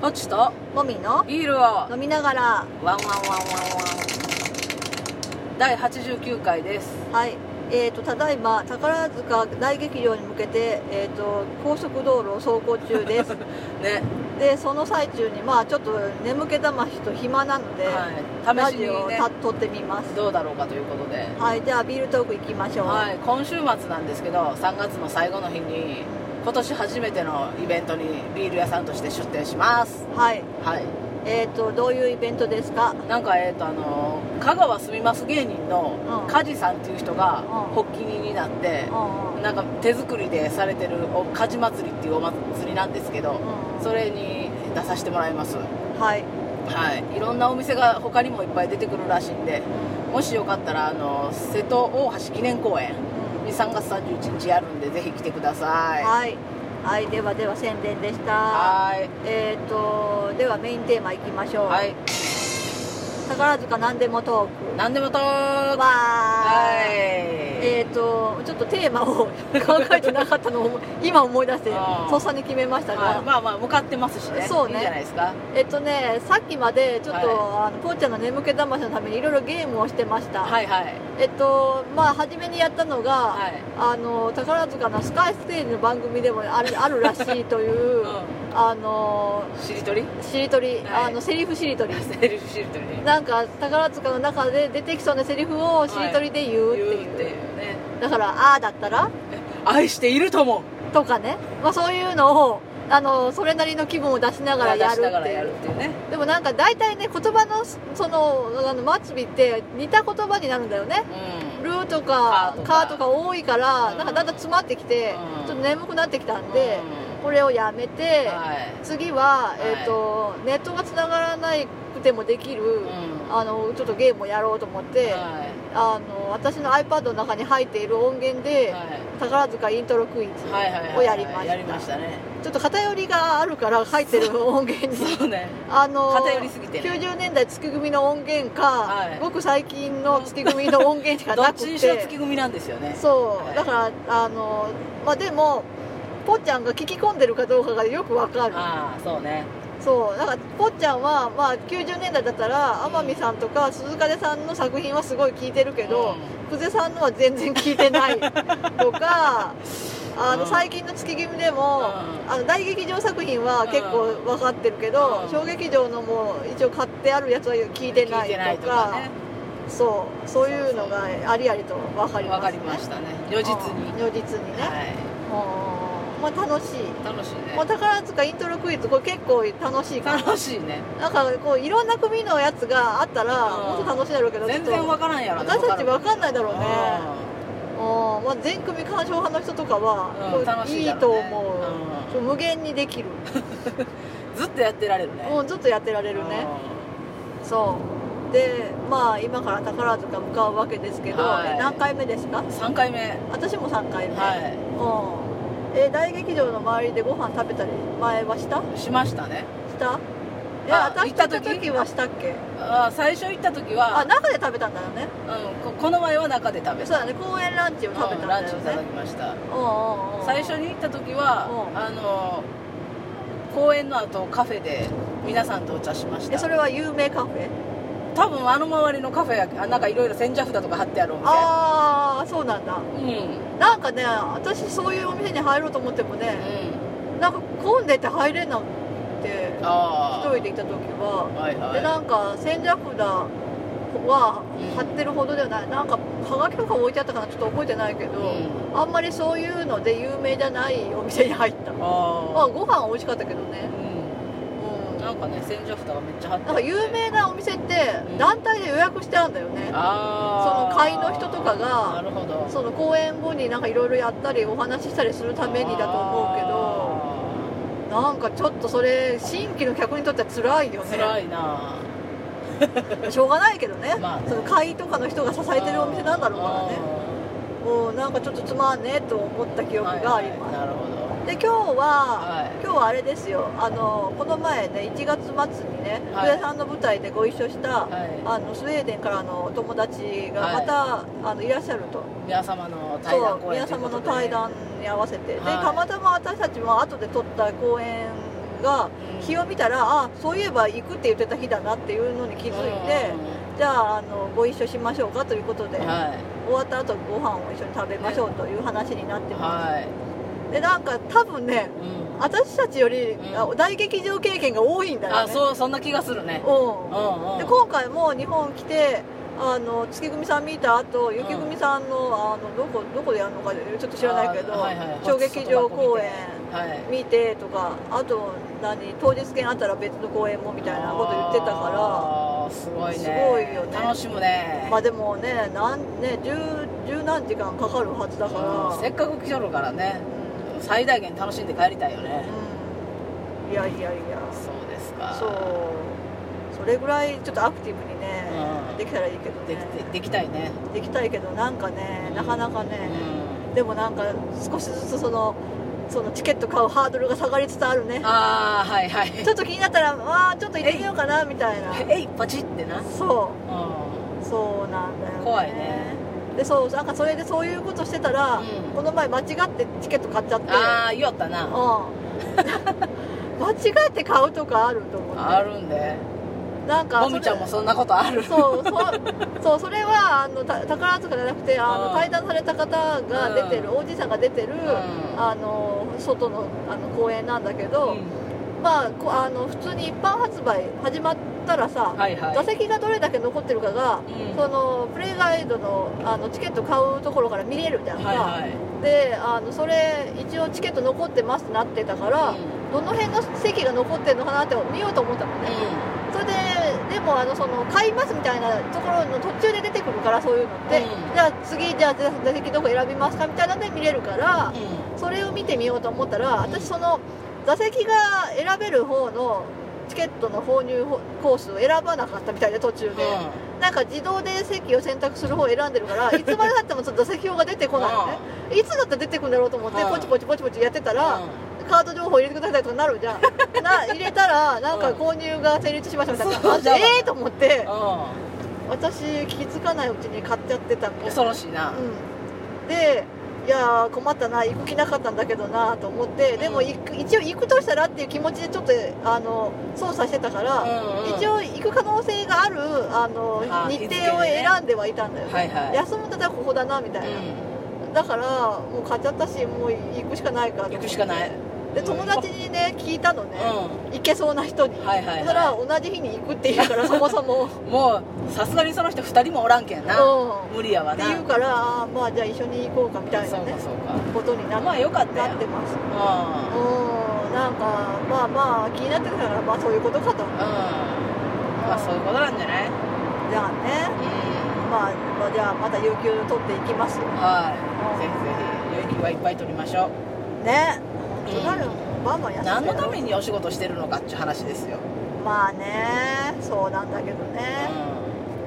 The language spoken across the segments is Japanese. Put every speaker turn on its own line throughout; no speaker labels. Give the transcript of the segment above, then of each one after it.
あちと
もみの
ビールをワン
飲みながら
ワンワンワンワン第89回です
はいえー、とただいま宝塚大劇場に向けて、えー、と高速道路を走行中です
ね、
でその最中にまあちょっと眠気だましと暇なので、
は
ラ
い、試し
ジ
に
オを
ね
た撮ってみます
どうだろうかということで、
はいじゃあビールトーク行きましょう
はい、今週末なんですけど3月の最後の日に今年初めてのイベントにビール屋さんとして出店します
はい
はい
えー、とどういうイベントですか
なんかえっ、とあの香川住みます芸人の
うん
梶さんっていう人が
うん
発起人になって
うんうんうん
なんか手作りでされてるお梶祭りっていうお祭りなんですけどそれに出させてもらいます
はい
はいいろんなお店が他にもいっぱい出てくるらしいんでもしよかったらあの瀬戸大橋記念公園に3月31日やるんでぜひ来てください
はい、はい、ではでは宣伝でした
はーい
えっ、とではメインテーマいきましょう、
はい
宝塚なんでもトーク
何でもとー
わ
はーい
えっ、とちょっとテーマを考えてなかったの を思い今思い出して
あー
とっさに決めました
はい、
が
まあまあ向かってますしね
そうね
いいんじゃないですか
えっとねさっきまでちょっと、
は
あのぽーちゃんの眠気覚ましのためにいろいろゲームをしてました、
はいはい
えっとまあ初めにやったのが、
はい
あの宝塚のスカイステージの番組でも あるあるらしいという、あの
しりと り
しりとり、
はい
あのセリフしりとり
セルフしりとりね
なんか宝塚の中で出てきそうなセリフをしりとりで言うって
言う
い
っ
う,、
ていうね
だから「ああ」だったら
愛しているとも
とかね、まあ、そういうのをあのそれなりの気分を出しながらやる
出しな
っ
がら
てい
や
う
るっていうね
でもなんか大体ね言葉のそのあの末尾って似た言葉になるんだよね「
う
る」とか
かとか
「か」とか多いから、
うん
なんかだんだん詰まってきて、
うん
ちょっと眠くなってきたん
ん
で、これをやめ
うん
て、
はい
次は、
い
えーとネットがつながらなくてもできる、
うん
あのちょっとゲームをやろうと思って、
は
あの私の iPad の中に入っている音源
い
で、
はい
宝塚イントロクイズ、
はいはいはい
をやりました
やりましたね
ちょっと偏りがあるから入ってる音源に
そうね
あの
偏りすぎてね
90年代月組の音源か、
はい
ごく最近の月組の音源しか
ど
な
っ
く
ち
て
にしろ月組なんですよね
そう、
はい
だからあのまあでもぽっちゃんが聞き込んでるかどうかがよくわかる
ああそうね
そうだからぽっちゃんは、まあ、90年代だったら天海さんとか鈴風さんの作品はすごい聞いてるけど、久世さんのは全然聞いてないと かあの
うん
最近の月組でも、
うん
あの大劇場作品は結構分かってるけど、
うん
小劇場のも一応買ってあるやつは聞いてな
聞いてないい
と
と
か
かね
そうそういうのがありありと分かります、
わかりましたね如実に
うん如実にね、
は
うんまあ楽しい、
い楽しい
まあ、
ね
宝塚イントロクイズこれ結構楽しいから
楽しいね
なんかこういろんな組のやつがあったら
うん
もっと楽しいだろうけど
全
ちょっ
然
と
わからんやろね
私たちわかんないだろうね
う
うんまあ、全組鑑賞派の人とかは
うん、
こう
楽しい
い
だ
い
ろ
と
うね
思う、そう無限にできる、
んずっとやってられるね
もうずっとやってられるね、そうでまあ今から宝塚向かうわけですけど、
はい
何回目ですか
うん三回目
私も3回目、
は
うんえ大劇場の周りでご飯食べたり前はした
いしましたね
したえ私
行った
行っ
時
た時はしたっけ
あー最初行った時
あ
は
中で食べたんだよね
うんここの前は中で食べ
そうだね公園ランチを食べた
うんんラ
だ
ンチ
よ
をいただき
ね
ました
うんうんうん
最初に行った時は
うん
あの公園の後カフェで皆さんとお茶しまし
え
た
それは有名カフェ
多分あの周りのカフェやあなんかいろいろ千社札とか貼ってあるお店
ああそうなんだ
うんうん
なんかね私そういうお店に入ろうと思ってもねなんか混んでて入れなくて一
ああ
人で行った時は
はいは
で
い
なんか千社札は貼ってるほどではないなんかはがきとか置いてあったかなちょっと覚えてないけど、
うん
あんまりそういうので有名じゃないお店に入ったま
あ
あ
あ
ご飯は美味しかったけどね
うんなんかね千社札がめっちゃ貼ってあ
なん
っ
か
て
有名なお店って
うん
団体で予約してあるんだよね
ああ
その会の人とかが
なるほど
その公演後になんかいろいろやったりお話ししたりするためにだと思うけどなんかちょっとそれ新規の客にとっては辛いよね
辛いな
しょうがないけどね、
まあね
その会とかの人が支えてるお店なんだろうからねもうなんかちょっとつまんねえと思った記
あー
憶がありま
は
す、
いはいなるほど
で今日は、
はい
今日はあれですよあのこの前ね1月末にね上、
はい
さんの舞台でご一緒した、
は
あのスウェーデンからのお友達が
はい
また、い、あのいらっしゃると
い皆様の対
そ
談
う
公演
皆様の対談に合わせて、で
はい
たまたま私たちも後で撮った公演んが
うん
日を見たら、あそういえば行くって言ってた日だなっていうのに気づいて、じゃああのご一緒しましょうかということで、
うんはい
終わった後ご飯を一緒に食べましょうという話になってま
はい、
す、でなんか多分ね
うん、
私たちより、
うん
あ大劇場経験が多いんだよね
あそうそんな気がするね
うん
うんうん
で今回も日本来てあの月組さん見た後雪組さんの,、あのどこどこでやるのかちょっと知らないけど、
あはいはい
小劇場公演
はい
見てとかあと何当日券あったら別の公演もみたいなこと言ってたか
あーすごいね
すごいよね
楽しむ
ら
ね、
まあでもねなんね十十何時間かかるはずだから、
うんせっかく来とるからね
う
最大限楽しんで帰りたいよね
んいやいやいや
そうですか
そうそれぐらいちょっとアクティブにね、
うん
できたらいいけど
で
ね
きてできたいね、
できたいけどなんかねなかなかね、
うん
でもなんか少しずつそのそのチケット買うハードルが下がりつつあるね
ああはいはい
ちょっと気になったらわあちょっと入れてみようかなみたいな
えいパチってな、
そ
うん
うそうなんだよ、ね、
怖いね
でそうなんかそれでそういうことしてたら、
うん
この前間違ってチケット買っちゃって
ああ言おったな
うん 間違って買うとかあると思って
あるんで
なんか
もみちゃんもそんなことある
そうそう そうそれはあのた宝塚じゃなくてあ
うん
の対談された方が出てる、おじいさんが出てる、
ん
あの外のあの公演なんだけ
う
ど、
ん
まあこあの普通に一般発売始まったらさ、
はいはい
座席がどれだけ残ってるかが、
うん
そのプレイガイドのあのチケット買うところから見れるじゃんか、
はいはい
であのそれ一応チケット残ってますってなってたから、どの辺の席が残ってるのかなって見ようと思ったのね、
う
それででもあのその買いますみたいなところの途中で出てくるからそういうのって、
うん
じゃあ次じゃあ座席どこ選びますかみたいなので見れるから
ん、うん
それを見てみようと思ったら私その座席が選べる方のチケットの購入コースを選ばなかったみたいで途中で、
う
なんか自動で席を選択する方を選んでるか らいつまでたってもちょっと座席表が出てこないのねいつだったら出てくるんだろうと思って
うん
ポチポチポチポチやってたら、
ん
カード情報入れてくださいとかなるじゃん な入れたらなんか
うん
購入が成立しましたみたい
そうじ
な
ゃ
あ
ん
ええー、と思って
う
私気づかないうちに買っちゃってたみ
ん
たいな
恐ろしいな、
うん、でいやー困ったな行く気なかったんだけどなと思ってでも
うん
行く一応行くとしたらっていう気持ちでちょっとあの操作してたから、
うんうん
一応行く可能性があるあの
あ
日程を選んではいたんだよ、ね
はいはい
休むんだったらここだなみたいな、だからもう買っちゃったしもう行くしかないかと
うん
思っ
行
て
くしかない
で友達にね聞いたのね
うん、は
行けそうな人に、
いはい、はい、
だから同じ日に行くって言うからそもそも
もうさすがにその人2人もおらんけん な、
うん
無理やわ
って
な
言うからあーまあじゃあ一緒に行こうかみたい
そ
な
う
ね
かそうか
ことになっ
まあよかったよ
なってますう
うん
んなんかまあまあ気になってたからまあそういうことかと
うんまあそういうことなんじゃない、
じゃあねまあ、まあ、じゃあまた有給取っていきます
はいぜひぜひ有給はいっぱい取りましょ
ね
うん
となるバンバンや
う
って
何のためにお仕事してるのかっちゅう話ですよ、
まあねそうなんだけど
う
ね、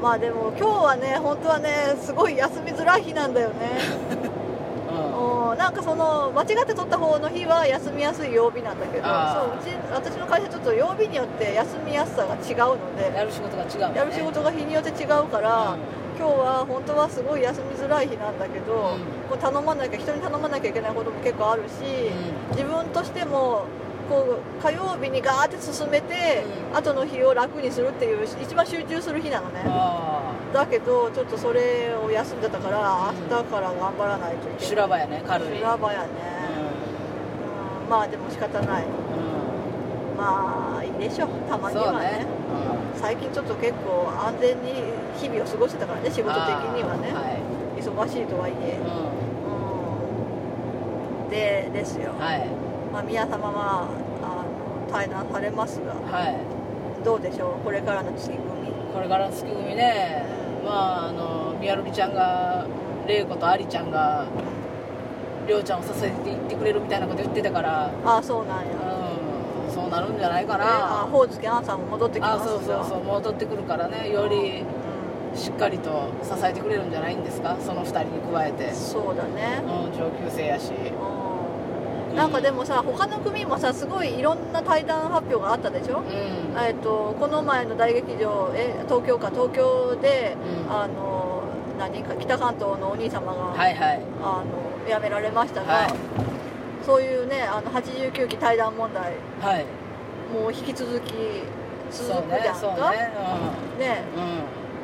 ん
まあでも今日はね本当はねすごい休みづらい日なんだよね
うん
うんなんかその間違って取った方の日は休みやすい曜日なんだけど
あー
そううち私の会社ちょっと曜日によって休みやすさが違うので
やる仕事が違うもんね
やる仕事が日によって違うから、今日は本当はすごい休みづらい日なんだけど、
う
こう頼まなきゃ人に頼まなきゃいけないことも結構あるし、
う
自分としてもこう火曜日にガーって進めて、
うん
後の日を楽にするっていう一番集中する日なのね、
あ
だけどちょっとそれを休んでたから
うん
明日から頑張らないとい
あ
けない
修羅場やね軽い
修羅場やね、うんまあでも仕方ない
うん
まあいいでしょたまに
そう
はね
ね、うん
最近ちょっと結構安全に日々を過ごしてたからね仕事的にはね、
あ
忙しいとはい
ーはい、
え
うん
うんでですよ、
はい
まあ、皆様はあの対談されますが
はい
どうでしょうこれからの月組
これからの月組ねまああの宮瑠璃ちゃんが玲子とありちゃんが亮ちゃんを支えていってくれるみたいなこと言ってたから
ああそうなんや、
うんそうなるんじゃないか
ねああ
な
ほおずきあんさんも戻ってきます
あそうそうそう戻ってくるからねより
う
しっかりと支えてくれるんじゃないんですかその2人に加えて
ん、そうだね
うん、上級生やし
うんなんかでもさ他の組もさすごいいろんな対談発表があったでしょ
う、ん
えっとこの前の大劇場え東京か東京で、
うん
あの何か北関東のお兄様が、
はいはい
あの辞められましたが、
はい
そういうねあの89期対談問題
はい
もう引き続き続
そう
くじ
ね
ゃん
そう
かね
ね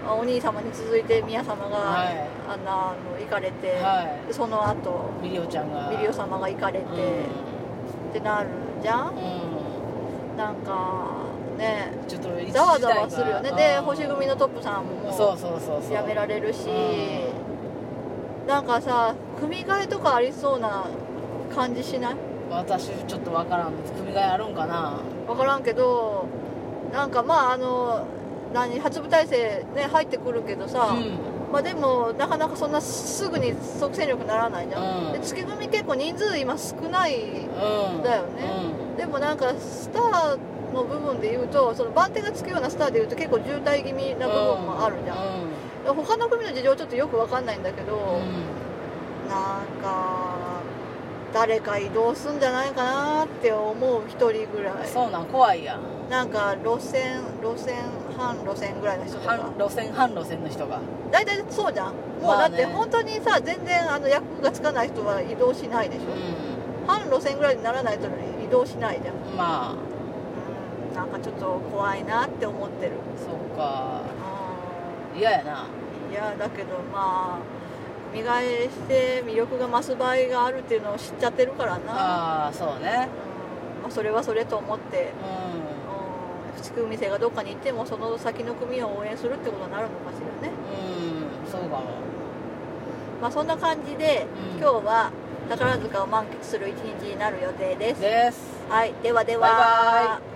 う
あお兄様に続いて宮様が、
はい
あんなあの行かれて、
んうんは
でその後
いミリオちゃんが
ミリオ様が行かれて、ってなるじゃん
うん、う
なんかね
ん、ちょっと一時代
ざわざわするよね
が
で
うん
星組のトップさんもも
そうそうそうそう
やめられるし
う
なんかさ組み替えとかありそうな感じしない
私ちょっとわからん組がやるんかな
分からんけどなんかまああの何初舞台生ね入ってくるけどさ、
うん
まあでもなかなかそんなすぐに即戦力にならないじゃん、
うん
で月組結構人数今少ない
うん
だよねでもなんかスターの部分で言うとその番手がつくようなスターで言うと結構渋滞気味な部分もあるじゃん、
う
他の組の事情ちょっとよく分かんないんだけど、
んうん
なんか誰か移動すんじゃないかなって思う一人ぐら
うん
い
そうなん怖いやん
なんか路線路線半路線ぐらいの人とか
半路線半路線の人が
大体そうじゃんもう
ま
だ
あ
っ
ね
て本当にさ全然あの役がつかない人は移動しないでしょ、
う
半路線ぐらいにならないと移動しないじゃん、
んまあ
うん、なんかちょっと怖いなって思ってる
そうか
う
嫌やなん
いやだけどまあ見返して魅力が増す場合があるっていうのを知っちゃってるからな
ああそうね
うんまあ、それはそれと思って
う
うん地区組生がどっかに行ってもその先の組を応援するってことになるのかしらね、
んうんそうかも
まあ、そんな感じで、
うん
今日は宝塚を満喫する一日になる予定です
です
はいではでは
バイバイ